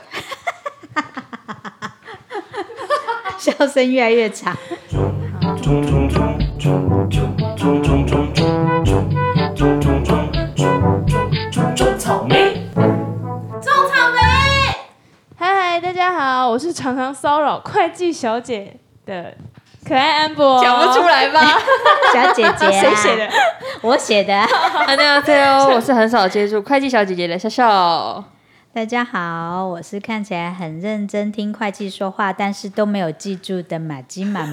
笑声越来越 长。种草莓，嗨嗨，大家好，我是常常骚扰会计小姐的可爱安博。讲不出来吧？ 小姐姐、啊，谁写的？我写的啊。啊，那样对 哦，我是很少接触会计小姐姐的笑笑。大家好，我是看起来很认真听会计说话，但是都没有记住的马姬妈 妈。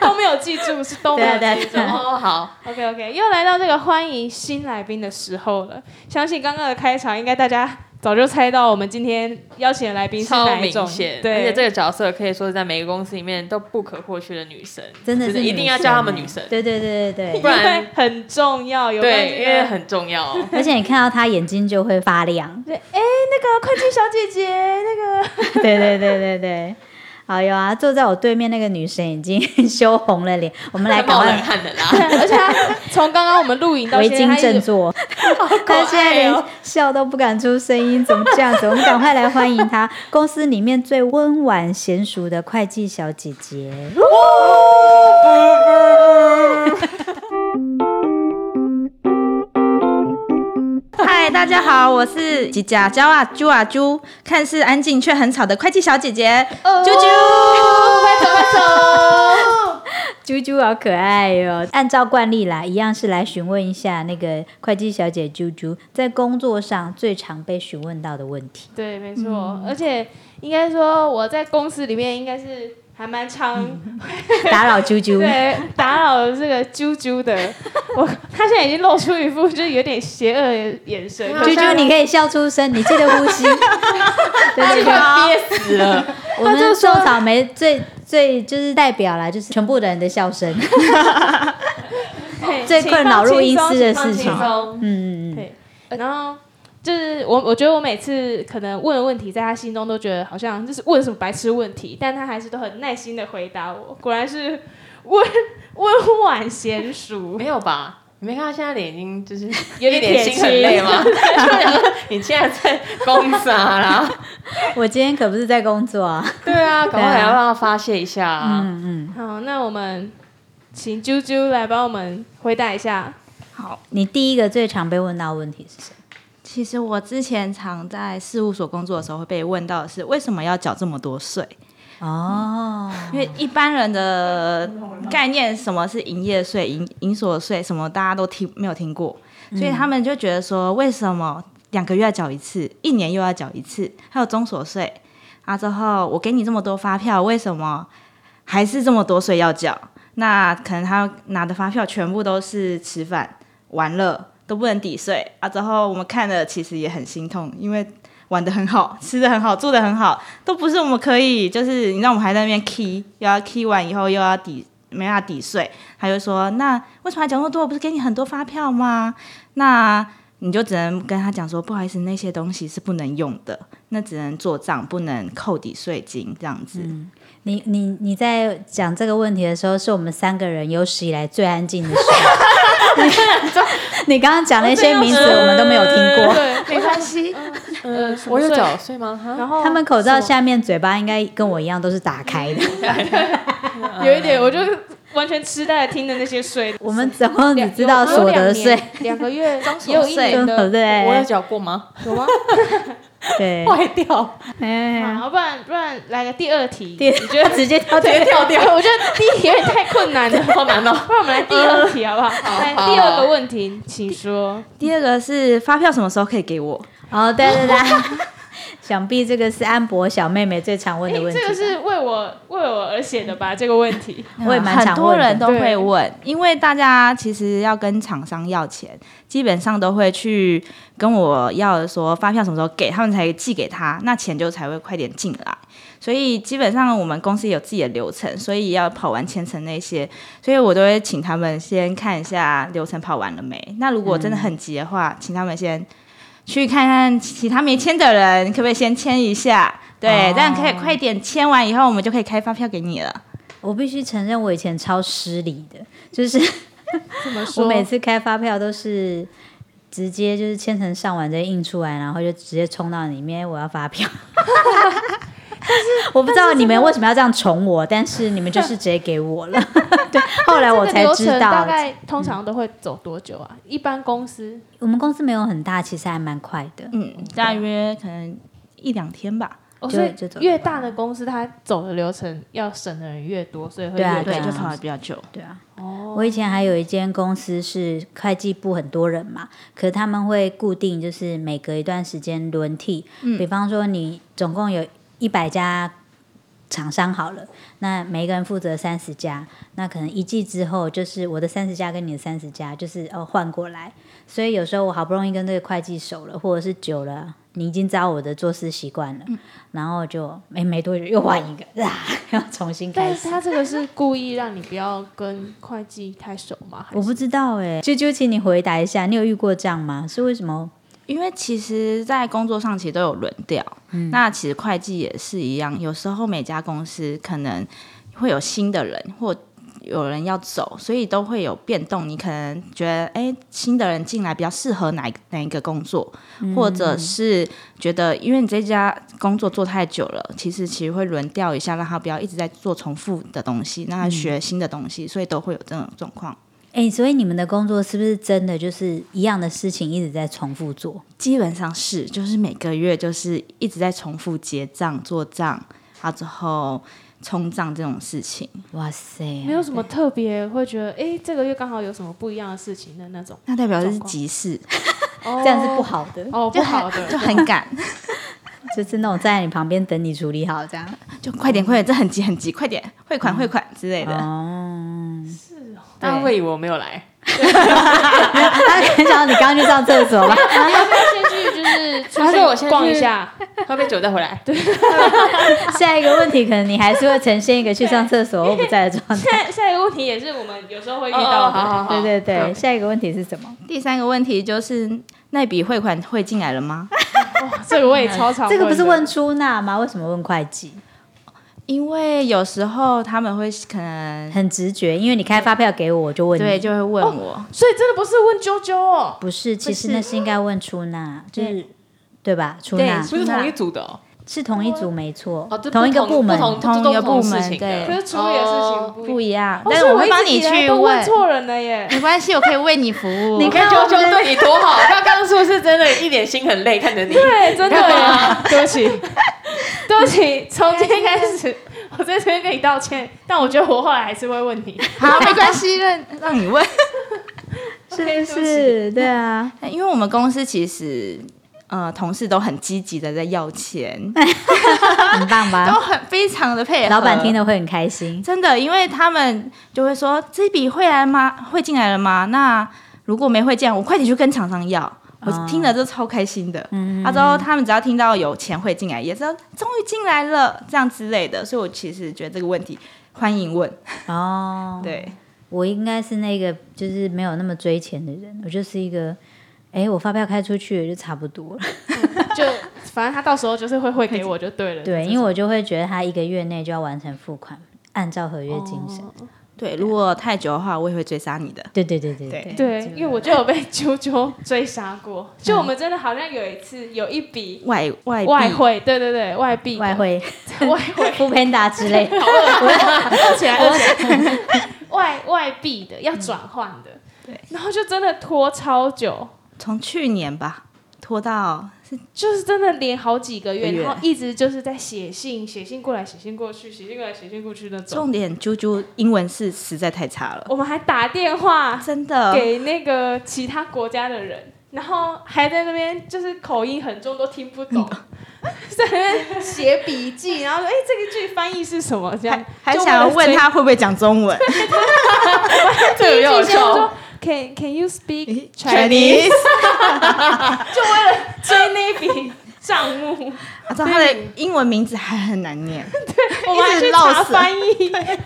都没有记住，是都没有对啊记住对。啊哦， 好， OK OK，又来到这个欢迎新来宾的时候了。相信刚刚的开场，应该大家早就猜到我们今天邀请的来宾是超哪一明种。显，而对，且这个角色可以说是在每个公司里面都不可或缺的女神， 真的就是一定要女叫她们欸女神，对对对对对不。然因为很重要，有关这对，因为个。很重要。而且你看到她眼睛就会发 亮对，哎，那个会计小姐姐，那个对对对对对。好有啊，坐在我对面那个女神已经 羞红了脸，我们来赶冒冷快汗的啦， 而且她从刚刚我们录影到围现在，她巾一直振作。哦 她现在连笑都不敢出声音，怎么这样子？我们赶快来欢迎她，公司里面最温婉娴熟的会计小姐姐。哦嗨，大家好，我是吉甲焦啊啾啊啾，看似安静却很吵的会计小姐姐，哦啾啾。快走快走。啾啾好可爱哟、按照惯例啦，一样是来询问一下那个会计小姐啾啾在工作上最常被询问到的问题。对，没错，嗯而且应该说我在公司里面应该是还蛮常、嗯打扰啾啾，对打扰这个啾啾的，我他现在已经露出一副就是有点邪恶的眼神，啾啾你可以笑出声，你记得呼 吸。对对对，憋死了。我们种草莓最最就是代表啦，就是全部的人的笑声。对最请困放扰录轻音松师的请放事轻情松嗯嗯嗯，对，然后。就是我，我觉得我每次可能问的问题，在他心中都觉得好像就是问什么白痴问题，但他还是都很耐心的回答我。果然是温温婉娴熟，没有吧？你没看他现在脸已经就是有一点脸铁心很累 吗？我想说你现在在攻啥啦？我今天可不是在工作啊。对啊，赶快要让他发泄一下啊！嗯嗯，好，那我们请啾啾来帮我们回答一下。你第一个最常被问到的问题是什么？其实我之前常在事务所工作的时候，会被问到的是为什么要缴这么多税？哦，因为一般人的概念，什么是营业税、营营所税，什么大家都听没有听过，所以他们就觉得说，为什么两个月要缴一次，一年又要缴一次，还有中所税啊？之后我给你这么多发票，为什么还是这么多税要缴？那可能他拿的发票全部都是吃饭、玩乐都不能抵税啊。之后我们看了其实也很心痛，因为玩的很好，吃的很好，住的很好，都不是我们可以，就是你知道我们还在那边 key，又要 key 完以后又要抵，没办法抵税，他就说那为什么还讲那么多？我不是给你很多发票吗？那你就只能跟他讲说，不好意思，那些东西是不能用的，那只能做账，不能扣抵税金这样子。嗯你你你在讲这个问题的时候，是我们三个人有史以来最安静的时候。你你刚刚讲那些名词，我们都没有听过。对，没关系。呃，什么嗯我有税缴税吗？哈然后他们口罩下面嘴巴应该跟我一样都是打开的。啊有一点，我就完全痴呆的听着那些水。我们总共只知道所得税，两个 月，也有一年综合的，我有税，缴过吗？有啊吗？对， 坏掉，哎，好，不然不然来个第二题，第你觉得直接跳直掉接跳掉？ 我觉得第一题有点太困难了，好难哦。 不然我们来第二题好不好？来好第二个问题，请说。第二个是发票什么时候可以给我？啊哦，对对对，想必这个是安博小妹妹最常问的诶问题这。个是为我为我而写的吧？这个问题。我也蛮很常多问的人都会问，因为大家其实要跟厂商要钱，基本上都会去跟我要说发票什么时候给他们才寄给他，那钱就才会快点进来。所以基本上我们公司有自己的流程，所以要跑完千层那些，所以我都会请他们先看一下流程跑完了没。那如果真的很急的话，请他们先去看看其他没签的人可不可以先签一下，对，哦这样可以快点签完以后，我们就可以开发票给你了。我必须承认，我以前超失礼的，就是 怎么说？我每次开发票都是直接 就是千层上完再印出来，然后就直接冲到里面，我要发票。我不知道你们为什么要这样宠我，但是你们就是直接给我了。 对，后来我这个才流知程大道，概通常都会走多久啊？一般公司我们公司没有很大，其实还蛮快的。嗯，大约可能一两天吧，哦，就所以就走越大的公司，它走的流程要省的人越多，所以会对啊越对，啊就跑得比较久。对啊，哦，我以前还有一间公司是会计部很多人嘛，可是他们会固定就是每隔一段时间轮替，比方说你总共有一百家厂商好了，那每一个人负责三十家，那可能一季之后就是我的三十家跟你的三十家就是哦换过来，所以有时候我好不容易跟这个会计熟了，或者是久了。你已经知道我的做事习惯了，然后就没没多久又换一个，啊， 要重新开但始是。他这个是故意让你不要跟会计太熟吗？还我是不知道哎、啾啾，请你回答一下，你有遇过这样吗？是为什么？因为其实，在工作上其实都有轮调，那其实会计也是一样，有时候每家公司可能会有新的人或。有人要走，所以都会有变动。你可能觉得，哎、新的人进来比较适合哪一哪一个工作，或者是觉得，因为你这家工作做太久了，其实其实会轮调一下，让他不要一直在做重复的东西，让他学新的东西，所以都会有这种状况。哎、所以你们的工作是不是真的就是一样的事情一直在重复做？基本上是，就是每个月就是一直在重复结账、做账，啊之后冲账这种事情。哇塞，没有什么特别会觉得，哎，这个月刚好有什么不一样的事情的那种，那代表是状况急事，哦这样是不好的，哦，不好 的，就很赶，就是那种站在你旁边等你处理好这样。就快点快点，这很急很急，快点汇款汇款之类的。哦大家会以为我没有来，他很啊想要你刚刚去上厕所吧？你要不要先去就是出他说我先去逛一去下？喝杯酒再回来。对， 下一个问题可能你还是会呈现一个去上厕所或不在的状 态。下下一个问题也是我们有时候会遇到哦哦好的好，对对对，好下一个问题是什么？第三个问题就是那笔汇款汇进来了吗？哇这个我也超常的。这个不是问出纳吗？为什么问会计？因为有时候他们会可能很直觉，因为你开发票给我，我就问你。对就会问我，所以真的不是问啾啾哦，不是，其实是那是应该问出纳，就是对吧？出对纳出不是同一组的哦，是同一组没错哦，这，一个不部同门不同同一个部门这都不同事情的对可是处理的事情不不一一样。样，哦但所以是我会一帮直以你来去都问错人了耶。没关系，我可以 为你服务。你看看我啾们啾对你多好，他刚刚说是真的，一脸心很累看着你。对，真的耶，对不起，对不起，从今天开始，我在这边跟你道歉。但我觉得我后来还是会问你，好，没关系，让让你问。是不是？对啊，因为我们公司其实呃同事都很积极的在要 钱，很棒都吧？很非常的配合。老板听了会很开心。真的，因为他们就会说这笔会来吗？会进来了吗？那如果没会进来，我快点去跟厂商要。我啊听了就超开心的，嗯啊之后他们只要听到有钱会进来，也知道终于进来了这样之类的，所以我其实觉得这个问题欢迎问，哦， 对，我应该是那个就是没有那么追钱的人，我就是一个，哎，我发票开出去了就差不多了。就反正他到时候就是会汇给我就对了。对，因为我就会觉得他一个月内就要完成付款，按照合约精神。哦哦对，如果太久的话，我也会追杀你的。对对对对对对对，因为我就有被啾啾追杀过，就我们真的好像有一次有一笔外外币外汇，对对对，外币的外汇、 外汇富 Panda 之类 的，饿起来饿起来，外外币的要转换的，嗯对，然后就真的拖超久，从去年吧拖到就是真的连好几个月，个月然后一直就是在写信，写信过来，写信过去，写信过来，写信过去那种。重点，啾啾英文是实在太差了，我们还打电话真的。给那个其他国家的人，然后还在那边就是口音很重，都听不懂，嗯在那边写笔记，然后说：“哎、这个句翻译是什么？”这样还想要问，他会不会讲中 文就为了追这有第一句先效说：“Can Can you speak Chinese？” 追那笔账目，啊，知道他的英文名字还很难念， 我们还去绕查死翻译，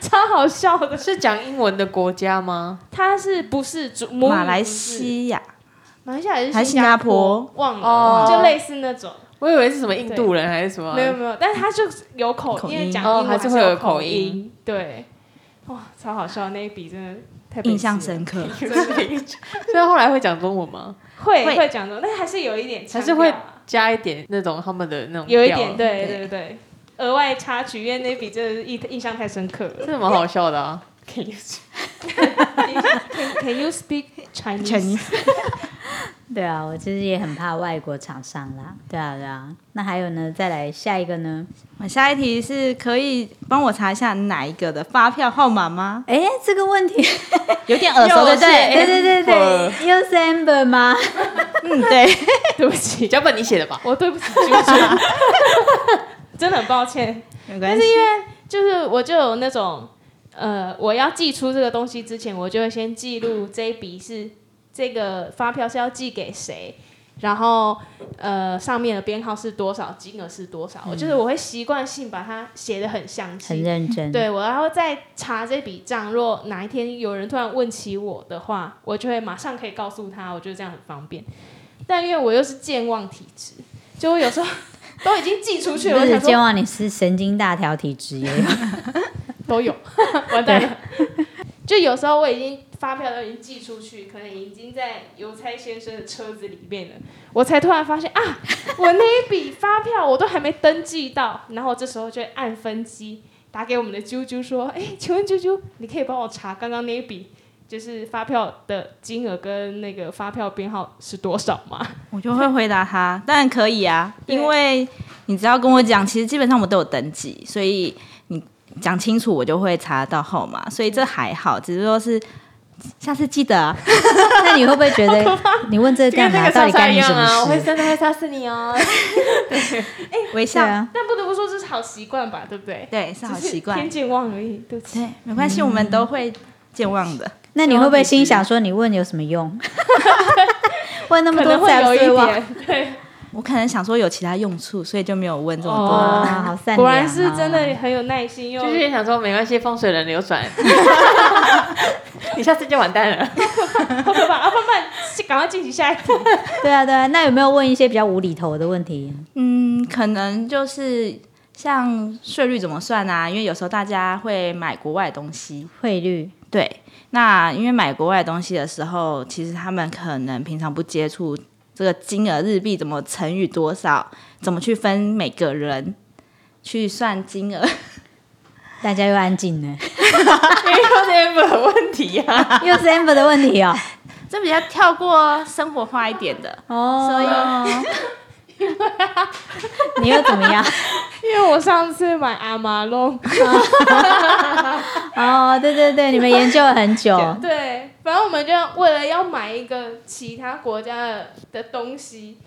超好笑的。是讲英文的国家吗？他是不是主母语马来不是西亚马来西亚还是还是新加新加忘了，哦就类似那种。我以为是什么印度人还是什么。没有没有，但是他就是有口，口因音为讲英哦文还是是会有有口音。对，哇，超好笑，那一笔真的太印象深刻。有， 所以他后来会讲中文吗？刻，会会会讲的，但还是有一点腔调啊，还是会加一点那种他们的那种，有一点，对对对对。额外插曲，因为那笔真的是印印象太深刻了。这蛮好笑的啊。 可以 Can, can you speak Chinese？对啊，我其实也很怕外国厂商啦。对啊，对啊。那还有呢？再来下一个呢？我下一题是可以帮我查一下哪一个的发票号码吗？哎，这个 问题，有点呃耳熟，对不对？对对对对，又是 Amber 吗？嗯，对。对不起，脚本你写的吧？我对不起君君， 真的很抱歉。没关系，因为就是我就有那种，呃，我要寄出这个东西之前，我就会先记录这一笔是这个发票是要寄给谁，然后呃上面的编号是多少，金额是多少，我就是我会习惯性把它写的很 详很细。认真。对我，然后再查这笔账，若哪一天有人突然问起我的话，我就会马上可以告诉他，我觉得这样很方便。但因为我又是健忘体质，就我有时候 都已经寄出去不了，我是想说健忘，你是神经大条体质 耶。都有，完蛋了。就有时候我已经发票都已经寄出去，可能已经在邮差先生的车子里面了，我才突然发现啊，我那一笔发票我都还没登记到，然后这时候就会按分机打给我们的啾啾说，哎、请问啾啾，你可以帮我查刚刚那一笔就是发票的金额跟那个发票编号是多少吗？我就会回答他，当然可以啊，对因为你只要跟我讲，其实基本上我们都有登记，所以你讲清楚，我就会查得到号码，所以这还好，只是说是下次记得 啊。那你会不会觉得你问这个干嘛？到底干你什么我会事？真的会杀死你哦。微对笑，啊， 但不得不说这是好习惯吧，对不对？对，是好只是习偏惯，健忘而已，对不 起。对，没关系，我们都会健忘的。那你会不会心想说你问有什么用？ 问那么可能多会次有还一不是忘点，对，我可能想说有其他用处，所以就没有问这么多。哇，好善良、哦！果然是真的很有耐心，又就 是也想说没关系，风水轮流 转，你下次就完蛋了。好可怕！阿胖胖，赶快啊进行下一题。对啊，对啊。那有没有问一些比较无厘头的问题？嗯，可能就是像税率怎么算啊？因为有时候大家会买国外的东西，汇率，对，那因为买国外的东西的时候，其实他们可能平常不接触这个金额日币怎么乘以多少，怎么去分每个人去算金额， 大家又安静了，因为都是 Amber 问题啊呀。 又是 Amber 的问题哦。这比较跳过生活化一点的。所以哦， 你又怎 么样？ 因为我上次买阿玛龙，哦，对对对，你们研究了很 久， 对，反正我们就为了要买一个其他国家的的东西，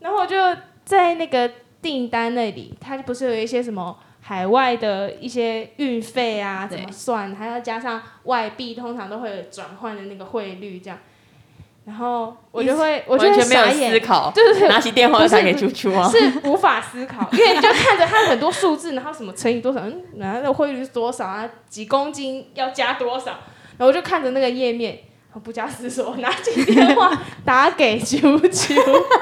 然后我就在那个订单那里，它不是有一些什么海外的一些运费啊，怎对么算，还要加上外币，通常都会有转换的那个汇率这样。然后我就会，我就完会全没有傻眼思考，对对对拿起电话就打给猪猪啊。是无法思考，因为你就看着它很多数字，然后什么乘以多少，嗯，然后那个汇率是多少啊，几公斤要加多少，然后我就看着那个页面，我不加思索，拿起电话打给啾啾，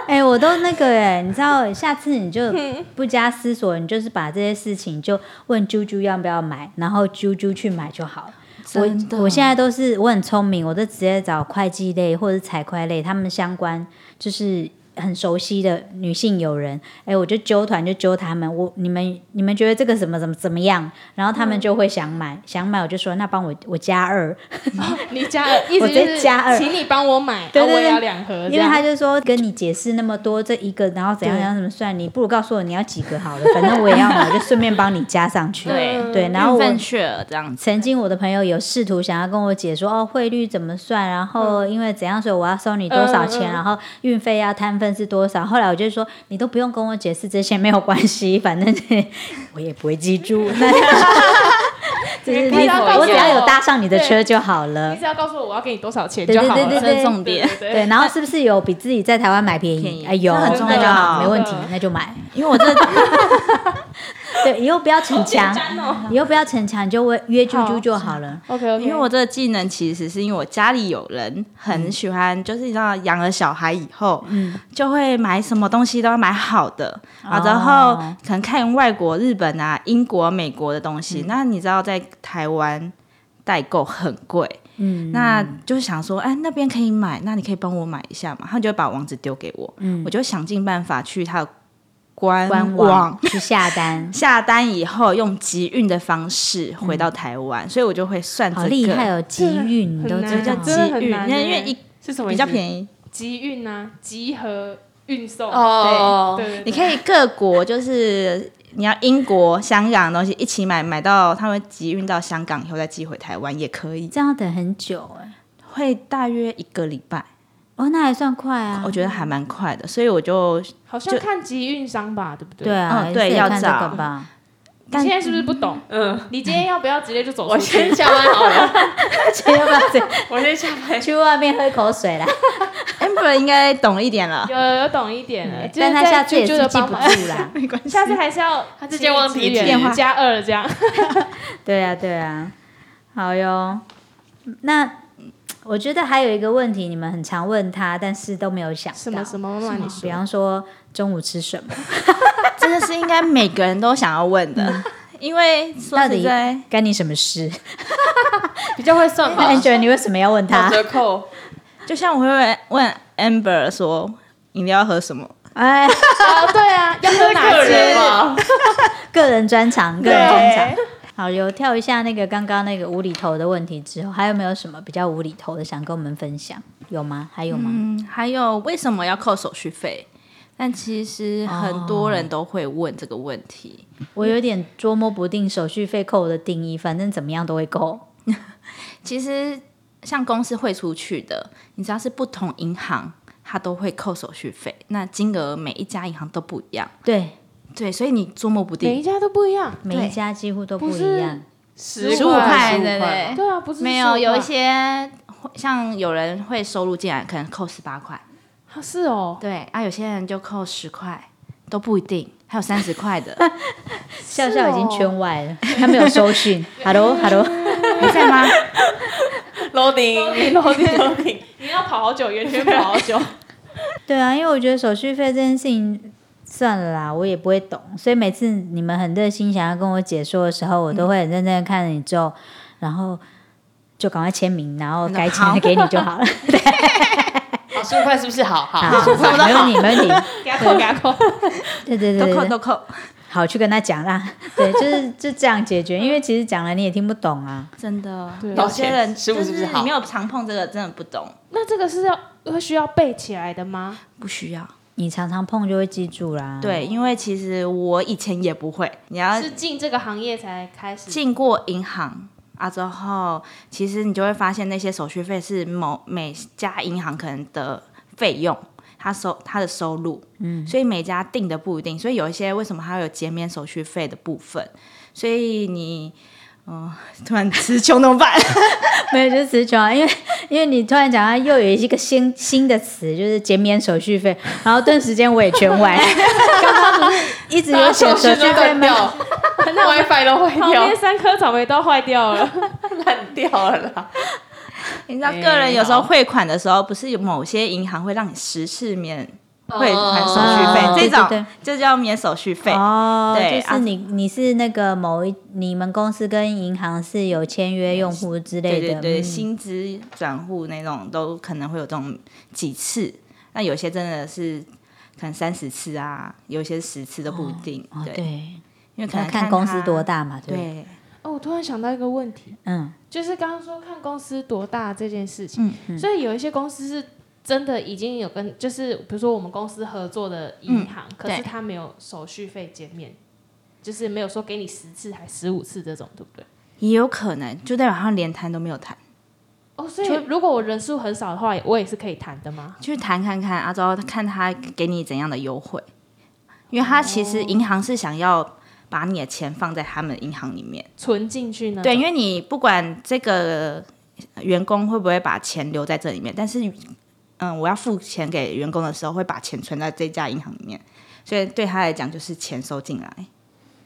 哎、我都那个哎、你知道，下次你就嗯不加思索，你就是把这些事情就问啾啾要不要买，然后啾啾去买就好了。真的我我现在都是我很聪明，我都直接找会计类或者财会类，他们相关就是很熟悉的女性友人，哎，我就揪团就揪他们，我你们你们觉得这个怎么怎么怎么样，然后他嗯们就会想买，想买我就说那帮我我加二，你加了，意我思直接就是加二请你帮我买，对啊对我也对要两盒，因这为样他就说跟你解释那么多这一个，然后怎样怎样怎么算，你不如告诉我你要几个好了，反正我也要买，就顺便帮你加上 去。对对，然后运我分血儿这样子，曾经我的朋友有试图想要跟我解说哦汇率怎么算，然后因为怎样，所以我要收你多少钱，嗯嗯然后运费要摊分是多少。后来我就说你都不用跟我解释这些， 没有关系，反正 我也不会记住。那就是 你你，要告诉我只要我有搭上你的对车就好了你。只要告诉我我要给你多少钱对就对好对了，对这对是重点。对对，然后是不是有比自己在台湾买便便宜？宜哎有，这很重那就好，要没问题真的，那就买。 因为我这 对，以后不要逞 强，以后不要逞强，你就约约啾哦好啾就好了。 OK OK，因为我这个技能其实是因为我家里有人很嗯喜欢，就是你知道养了小孩以后，就会买什么东西都要买好的，啊，哦然后可能看外国、日本啊、英国、美国的东嗯西，那你知道在台湾代购很贵。嗯，那就想说，哎，那边可以买，那你可以帮我买一下嘛？他就会把网址丢给我，我就想尽办法去他的嗯官官网，网去下单 下单以后，用集运的方式回到台湾，所以我就会算这个，好厉害哦！集运你都知很道难，集真的很运，难因为因欸为一是什么比意思？较便宜，集运啊，集合运送。哦对，对对你可以各国就是你要英国、香港的东西一起买，买到他们集运到香港以后再寄回台湾也可以，这样要等很久哎、会大约一个礼拜，哦，那还算快啊。我觉得还蛮快的，所以我就好像看集运商吧，对不对？对啊，嗯对是要看这找个吧。你现在是不是不懂？嗯，你今天要不要直接就走我出去？先下班好 了，要不要这我 先下班。去外面喝口水 啦？ Amber 哎应该懂一点 了，有有懂一点嗯了，但他下次也就是是在记啾啾的不帮忙住啦。没关系， 下次还是要他直接忘记提电话加二这样。对啊，对啊，好哟。那我觉得还有一个问题，你们很常问他，但是都没有想到。什么什么？妈妈你比说方说中午吃什么？这个是应该每个人都想要问的，因为说到实底在。干你什么事？ 比较会算吧那，Angel，你为哎什么要问打他？折扣。就像我会问问 Amber 说饮料要喝什么，哎，啊？对啊，要喝哪个人些？吧，个人专长，个对，人专长。好，有跳一下那个刚刚那个无厘头的问题之后，还有没有什么比较无厘头的想跟我们分享？有吗？还有吗？嗯，还有为什么要扣手续费？但其实很多人都会问这个问题，我有点捉摸不定手续费扣的定义，反正怎么样都会扣。其实像公司汇出去的，你只要是不同银行，它都会扣手续费，那金额每一家银行都不一样，对，对，所以你捉摸不每定一。家都不一样，每一家几乎都不不是一样。十15块15对不对对啊，不是没有， 15有一块些会像有人会收入进来，可能扣十八块，啊是哦，对啊，有些人就扣十块，都不一定，还有三十块 的，笑笑已经圈外了，他没有收讯。Hello，Hello，还在吗？ ，loading loading loading，你要跑好久，圆圈跑好久。对啊，因为我觉得手续费这件事情算了啦，我也不会懂，所以每次你们很热心想要跟我解说的时候，我都会很认真的看着你之后，然后就赶快签名，然后该签的给你就好了。好，十五块是不是？好好好，没问题，没问题。给他扣，给他扣。对对对都扣对对，都扣，好，去跟他讲啦。对，就是就这样解决，因为其实讲了你也听不懂啊。真的，对有些人十五就是不是是好你没有常碰这个，真的不懂， 那这个是要会需要背起来的吗？不需要。你常常碰就会记住啦。，对，因为其实我以前也不会，你要是进这个行业才开始？啊进过银行啊之后，其实你就会发现那些手续费是某每家银行可能的费用。他收他的收入，嗯，所以每家定的不一定，所以有一些为什么它有减免手续费的部分，所以你，嗯、突然词穷怎 么办？没有就是词穷啊，因为 因为你突然讲到啊又有一个新新的词，就是减免手续费，然后顿时间我也全 歪。刚刚不是一直有写手手续续都费断吗？掉 ，WiFi 都坏旁掉边，三颗草莓都坏掉了，烂掉了啦。你知道，哎个人有时候好汇款的时候，不是有某些银行会让你十次免汇款手哦续费，这对对种就叫免手续费。哦，对就啊是你你是那个某一你们公司跟银行是有签约用户之类对的，对对，嗯薪资转户那种都可能会有这种几次，那有些真的是可能三十次啊，有些十次都不一定。哦对，对，因为可要能看公司它多。大嘛，对不对，对，哦，我突然想到一个问题，嗯，就是刚刚说看公司多大这件事情，嗯所以有一些公司是真的已经有跟，就是比如说我们公司合作的银行，可是嗯对他没有手续费减免，就是没有说给你十次还十五次这种，对不对？也有可能就代表他连谈都没有谈，哦，所以如果我人数很少的话，我也是可以谈的吗？去谈看看，阿周看他给你怎样的优惠，因为他其哦实银行是想要把你的钱放在他们银行里面，存进去呢？对，因为你不管这个员工会不会把钱留在这里面，但是嗯，我要付钱给员工的时候，会把钱存在这家银行里面，所以对他来讲就是钱收进来，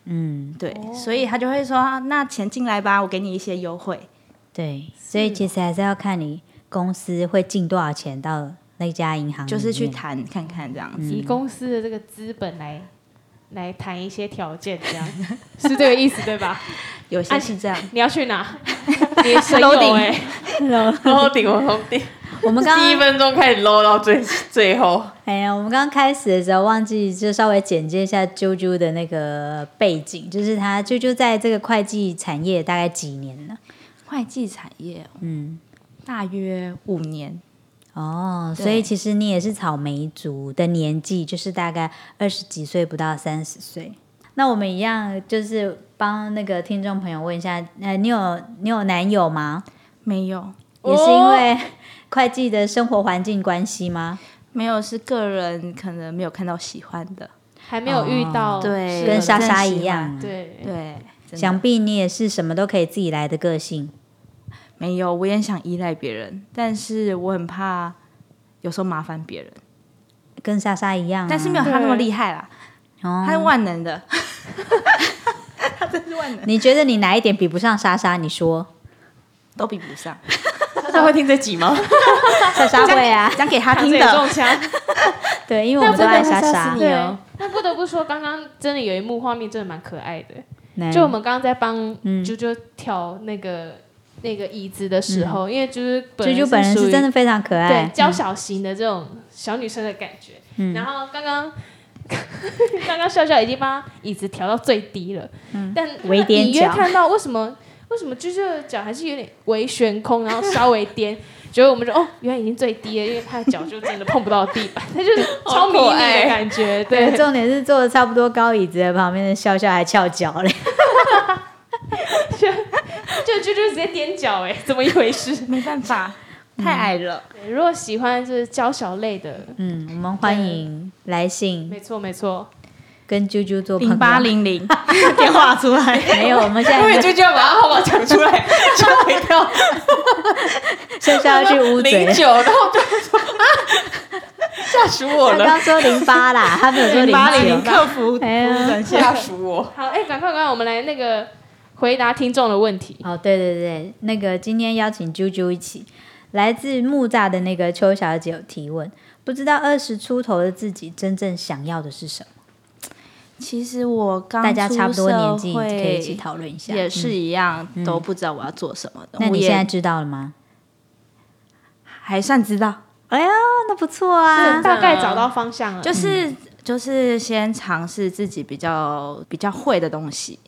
嗯，对，哦所以他就会说，啊那钱进来吧，我给你一些优惠，对，所以其实还是要看你公司会进多少钱到那家银行里面，就是去谈看看这样嗯子。以公司的这个资本来来谈一些条件，这 样是这个意思对吧？有啊 些是这样， 你要去哪？你的神友 Loading 哎、楼顶，我楼顶，我们刚第一刚分钟开始 low 到最最后，哎呀，我们刚刚开始的时候忘记就稍微简介一下啾啾的那个背景，就是他啾啾在这个会计产业大概几年了？会计产业哦嗯，大约五年，哦，对所以其实你也是草莓族的年纪，就是大概二十几岁不到三十岁。那我们一样就是帮那个听众朋友问一下，呃，你有你有男友吗？没有也是因哦为会计的生活环境关系吗？没有是个人可能没有看到喜欢的，还没有遇到哦适合的，对跟莎莎真喜欢一样，啊对对，真的想必你也是什么都可以自己来的个性。没有，我也想依赖别人，但是我很怕有时候麻烦别人，跟莎莎一样啊、但是没有他那么厉害啦，他是哦。万能的，你觉得你哪一点比不上莎莎？你说都比不上，他会听这集吗？莎莎会啊，讲给他他听自己中的，枪，对，因为我们都爱莎莎。你对哦。那不得不说，刚刚真的有一幕画面真的蛮可爱的，来就我们刚刚在帮嗯啾啾挑那个、那个椅子的时候，因为啾啾嗯本啾啾本人属是于真的非常可对爱，娇小型的这种小女生的感觉。嗯然后刚刚 刚刚笑笑已经把椅子调到最低了，但嗯微踮隐约脚看到为什么为什么啾啾的脚还是有点微悬空，然后稍微颠。 结果我们就哦，原来已经最低了，因为他的脚就真的碰不到地板，他就是超迷好可你爱的感觉，对对，，重点是坐的差不多高椅子的旁边的笑笑还翘脚嘞，就啾啾直接踮脚哎，怎么一回事？ 没办法，太矮了。 对如果喜欢就是娇小类的，嗯，我们欢迎来信没错没错，跟啾啾做朋友。零八零零 电话出来，没有，我们现哎因为在就就要把他号码讲出来，吓我一跳。笑笑要去捂嘴零，九，然后我就说啊，吓死我他了，刚说零八啦，他没有说零八零零零九。客服哎呀， 吓死我。 好哎，赶快赶快，我们来那个回答听众的问题。哦，对对对，那个今天邀请啾啾一起，来自木栅的那个邱小姐有提问，不知道二十出头的自己真正想要的是什么？其实我刚大家出差不多年纪社可会以一起讨论一下。也是嗯一样，都不知道我要做什么的。那我你也现在知道了吗？还算知道，哎呦，哦那不错啊！大概找到方嗯向了，就就是、就是先尝试自己比较比较会的东西。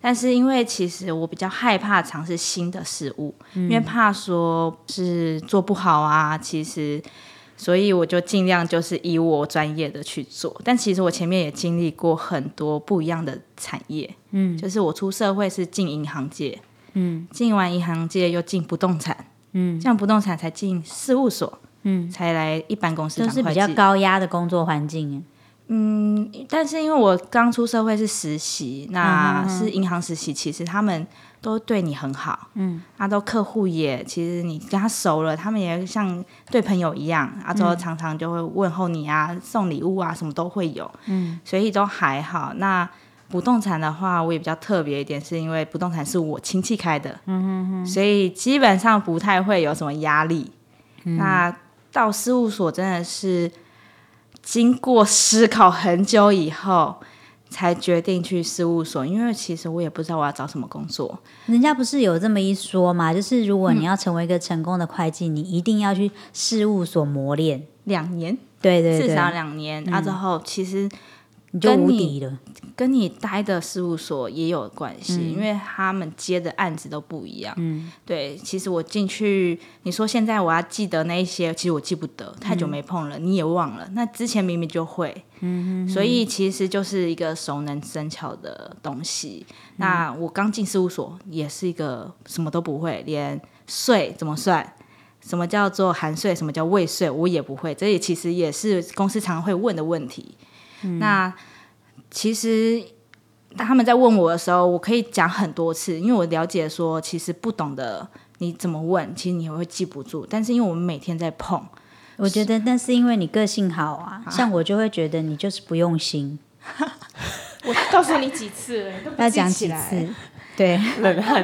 但是因为其实我比较害怕尝试新的事物，因为怕说是做不好啊，其实，所以我就尽量就是以我专业的去做。但其实我前面也经历过很多不一样的产业，嗯，就是我出社会是进银行界，嗯，进完银行界又进不动产，嗯，这样不动产才进事务所，嗯，才来一般公司都当是会比计较高压的工作环境，啊但是因为我刚出社会是实习，那是银行实习，其实他们都对你很好，嗯，啊，都客户也，其实你跟他熟了，他们也像对朋友一样，啊，之后常常就会问候你啊，送礼物啊，什么都会有，嗯，所以都还好。那不动产的话，我也比较特别一点，是因为不动产是我亲戚开的，嗯所以基本上不太会有什么压力。那到事务所真的是。经过思考很久以后，才决定去事务所，因为其实我也不知道我要找什么工作。人家不是有这么一说嘛，就是如果嗯你要成为一个成功的会计，你一定要去事务所磨练。两年，对对对，至少两年。啊，之后其实你就无敌了。跟你待的事务所也有关系，因为他们接的案子都不一样。嗯，对，其实我进去，你说现在我要记得那一些，其实我记不得，太久没碰了，你也忘了。那之前明明就会，嗯所以其实就是一个熟能生巧的东西。那我刚进事务所也是一个什么都不会，连税怎么算。什么叫做含税？什么叫未税？我也不会，这也其实也是公司常会问的问题。那其实他们在问我的时候，我可以讲很多次，因为我了解说，其实不懂的你怎么问，其实你也会记不住。但是因为我们每天在碰，我觉得那是因为你个性好啊，像我就会觉得你就是不用心，我告诉你几次了，你都 不要记讲起几来。次。对，冷 汗，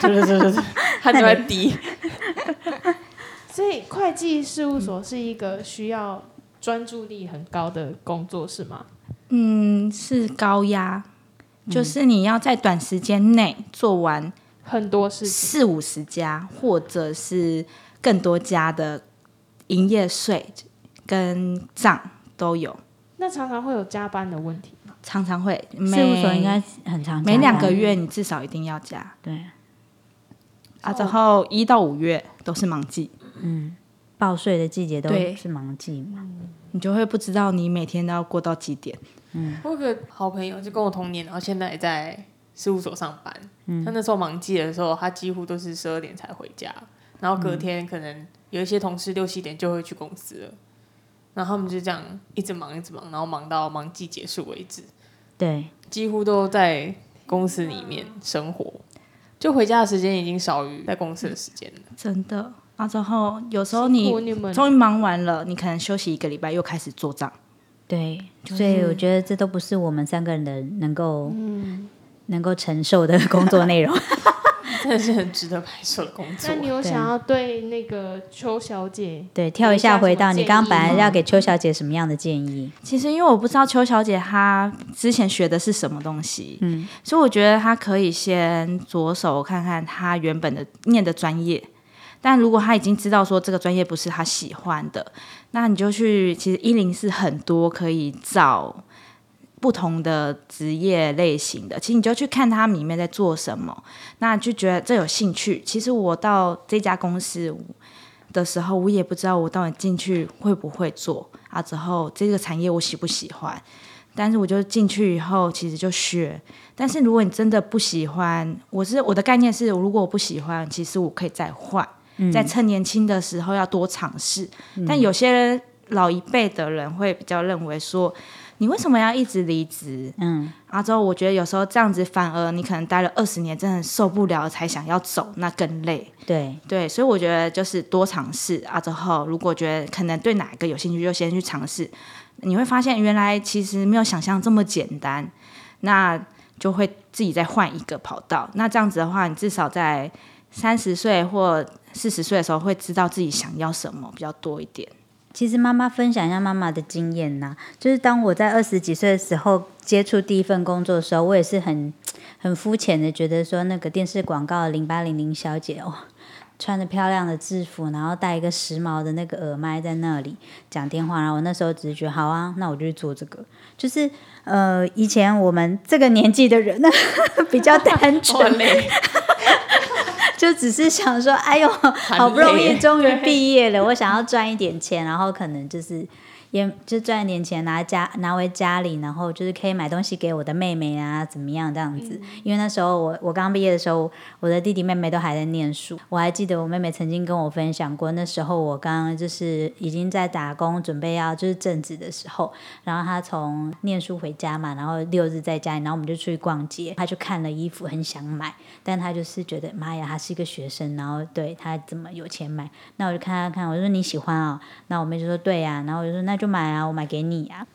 对对对对对，汗都在滴。所以会计事务所是一个需要专注力很高的工作，是吗？嗯，是高压，嗯就是你要在短时间内做完很多事情，四五十家，或者是更多家的营业税跟账都有，那常常会有加班的问题吗？常常会每事务所应该很常每加两班个月你至少一定要加对哦啊，然后一到五月都是忙季，报税的季节都对是忙季嘛，你就会不知道你每天都要过到几点。我有个好朋友，就跟我同年，然后现在也在事务所上班。他那时候忙季的时候，他几乎都是十二点才回家，然后隔天可能有一些同事六七点就会去公司了，然后他们就这样一直忙一直忙，然后忙到忙季结束为止，对，几乎都在公司里面生活，就回家的时间已经少于在公司的时间了。 真的啊，然后有时候辛苦你你们终于忙完了，你可能休息一个礼拜，又开始做账。对，所以我觉得这都不是我们三个人能够、嗯能够承受的工作内容。 真的是很值得拍手的工作那。你有对想要对那个邱小姐对，跳一下回到你刚刚本来嗯要给邱小姐什么样的建议？其实因为我不知道邱小姐她之前学的是什么东西，嗯，所以我觉得她可以先着手看看她原本的念的专业。但如果她已经知道说这个专业不是她喜欢的，那你就去，其实一零四很多可以找不同的职业类型的，其实你就去看他们里面在做什么，那就觉得这有兴趣。其实我到这家公司的时候，我也不知道我到底进去会不会做啊，之后这个产业我喜不喜欢。但是我就进去以后，其实就学。但是如果你真的不喜欢，我是我的概念是，如果我不喜欢，其实我可以再换，在趁年轻的时候要多尝试。但有些老一辈的人会比较认为说，你为什么要一直离职？嗯，啊，之后我觉得有时候这样子反而你可能待了二十年，真的受不了才想要走，那更累。对，对，所以我觉得就是多尝试啊，之后如果觉得可能对哪一个有兴趣，就先去尝试。你会发现原来其实没有想象这么简单，那就会自己再换一个跑道。那这样子的话，你至少在三十岁或四十岁的时候会知道自己想要什么比较多一点。其实妈妈分享一下妈妈的经验呐、就是当我在二十几岁的时候接触第一份工作的时候，我也是很很肤浅的觉得说那个电视广告零八零零小姐哦，穿着漂亮的制服，然后戴一个时髦的那个耳麦在那里讲电话，然后我那时候只是觉得好啊，那我就去做这个，就是呃以前我们这个年纪的人呢 比较单 纯， 累， 就只是想说，哎呦，好不容易终于毕业了，我想要赚一点钱，然后可能就是也就赚一点钱拿家拿回家里，然后就是可以买东西给我的妹妹啊，怎么样这样子？因为那时候我我刚毕业的时候，我的弟弟妹妹都还在念书，我还记得我妹妹曾经跟我分享过，那时候我刚刚就是已经在打工，准备要就是正职的时候，然后他从念书回家嘛，然后六日在家里，然后我们就出去逛街，他就看了衣服，很想买，但他就是觉得妈呀，他是一个学生，然后对他怎么有钱买？那我就看他看，我说你喜欢啊、那我妹就说对呀、然后我就说那就买啊，我买给你啊。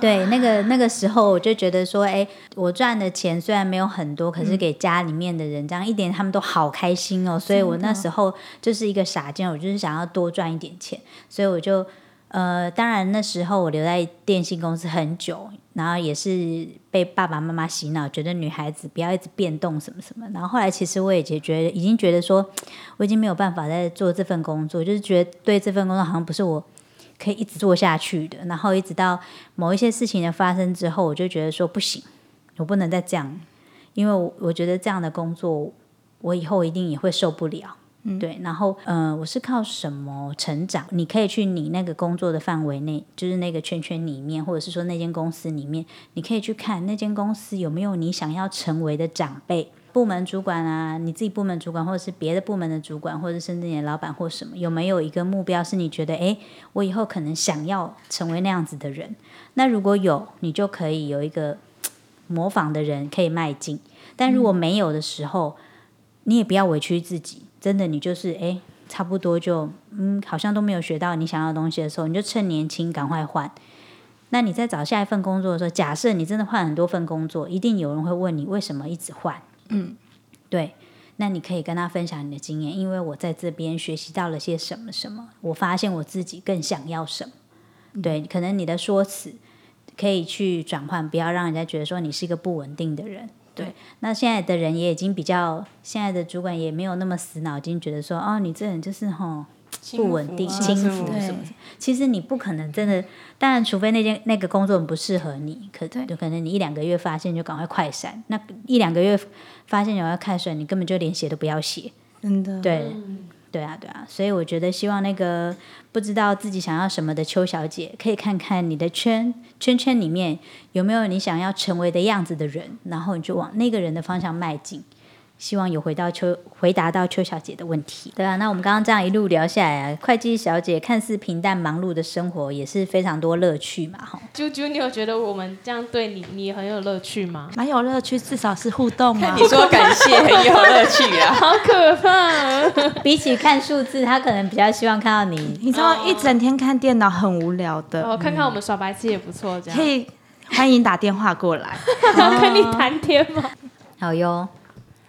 对，那个那个时候我就觉得说，哎，我赚的钱虽然没有很多，可是给家里面的人这样一点，他们都好开心哦。所以我那时候就是一个傻劲，我就是想要多赚一点钱，所以我就呃，当然那时候我留在电信公司很久，然后也是被爸爸妈妈洗脑，觉得女孩子不要一直变动什么什么。然后后来其实我也觉得，已经觉得说，我已经没有办法再做这份工作，就是觉得对这份工作好像不是我可以一直做下去的。然后一直到某一些事情的发生之后，我就觉得说不行，我不能再这样，因为我我觉得这样的工作，我以后一定也会受不了。对，然后呃，我是靠什么成长？你可以去你那个工作的范围内，就是那个圈圈里面，或者是说那间公司里面，你可以去看那间公司有没有你想要成为的长辈、部门主管啊，你自己部门主管，或者是别的部门的主管，或者甚至你的老板或什么，有没有一个目标是你觉得，诶，我以后可能想要成为那样子的人？那如果有，你就可以有一个模仿的人可以迈进。但如果没有的时候，你也不要委屈自己，真的，你就是哎，诶差不多就嗯，好像都没有学到你想要的东西的时候，你就趁年轻赶快换。那你在找下一份工作的时候，假设你真的换很多份工作，一定有人会问你为什么一直换。嗯，对。那你可以跟他分享你的经验，因为我在这边学习到了些什么什么，我发现我自己更想要什么。对，可能你的说辞可以去转换，不要让人家觉得说你是一个不稳定的人。对，那现在的人也已经比较，现在的主管也没有那么死脑筋，觉得说哦，你这人就是吼、不稳定轻轻浮浮啊什么的。其实你不可能真的，当然，除非那件那个工作很不适合你，可有可能你一两个月发现就赶快快闪，那一两个月发现有要快闪，你根本就连写都不要写。真的，对，嗯对啊，对啊。所以我觉得，希望那个不知道自己想要什么的邱小姐，可以看看你的圈圈圈里面有没有你想要成为的样子的人，然后你就往那个人的方向迈进。希望有回到邱回答到邱小姐的问题。对啊，那我们刚刚这样一路聊下来啊，会计小姐看似平淡忙碌的生活也是非常多乐趣嘛，哈。啾啾，你有觉得我们这样对你，你很有乐趣吗？蛮有乐趣，至少是互动嘛你。说感谢很有乐趣啊， 好可怕！ 比起看数字，她可能比较希望看到你。你知道一整天看电脑很无聊的，哦，看看我们耍白痴也不错，这样可 以欢迎打电话过来。哦跟你谈天吗？好哟，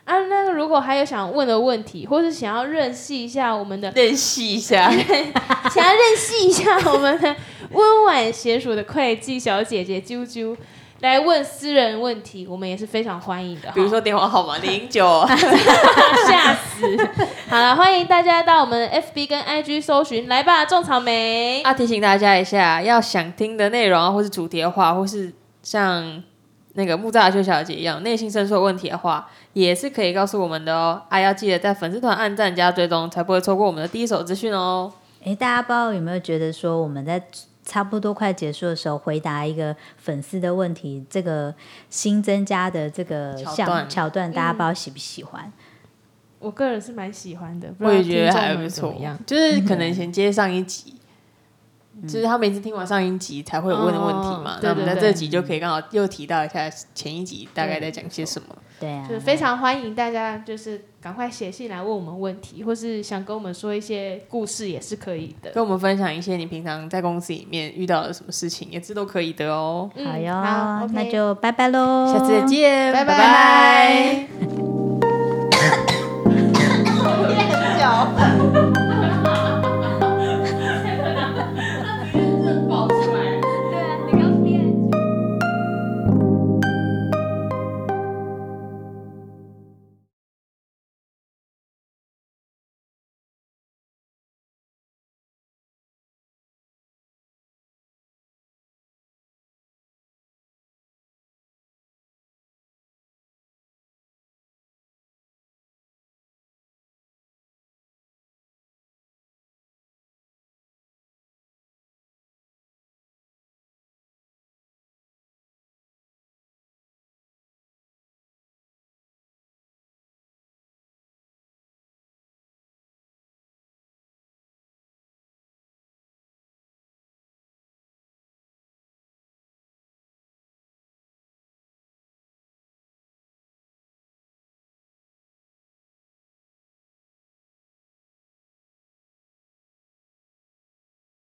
啊，那个如果还有想问的问题，或是想要认识一下我 们的，认识一 下。想要认识一下我们的 温婉娴熟的会计小姐姐啾啾，来问私人问题，我们也是非常欢迎的哈。比如说电话号码零九，吓死！好了，欢迎大家到我们的 FB 跟 IG 搜寻，来吧，种草莓。啊，提醒大家一下，要想听的内容啊，或是主题的话，或是像那个木栅邱小姐一样内心深处的问题的话，也是可以告诉我们的哦。啊，要记得在粉丝团按赞加追踪，才不会错过我们的第一手资讯哦。诶，大家不知道有没有觉得说我们在差不多快结束的时候回答一个粉丝的问题，这个新增加的这个桥项段桥段，大嗯家不知道喜不喜欢？我个人是蛮喜欢的，不我知道也觉得听众还们不怎么错样。，嗯就是可能衔接上 一集。就是他每次听完上一集才会有问的问题嘛，哦那对我对们在对这集就可以刚好又提到一下前一集大概在讲些什么。对啊就，是非常欢迎大家，就是赶快写信来问我们问题，或是想跟我们说一些故事也是可以的。跟我们分享一些你平常在公司里面遇到的什么事情，也是都可以的哦。嗯好哟，好，OK 那就拜拜喽，下次再见，拜拜拜。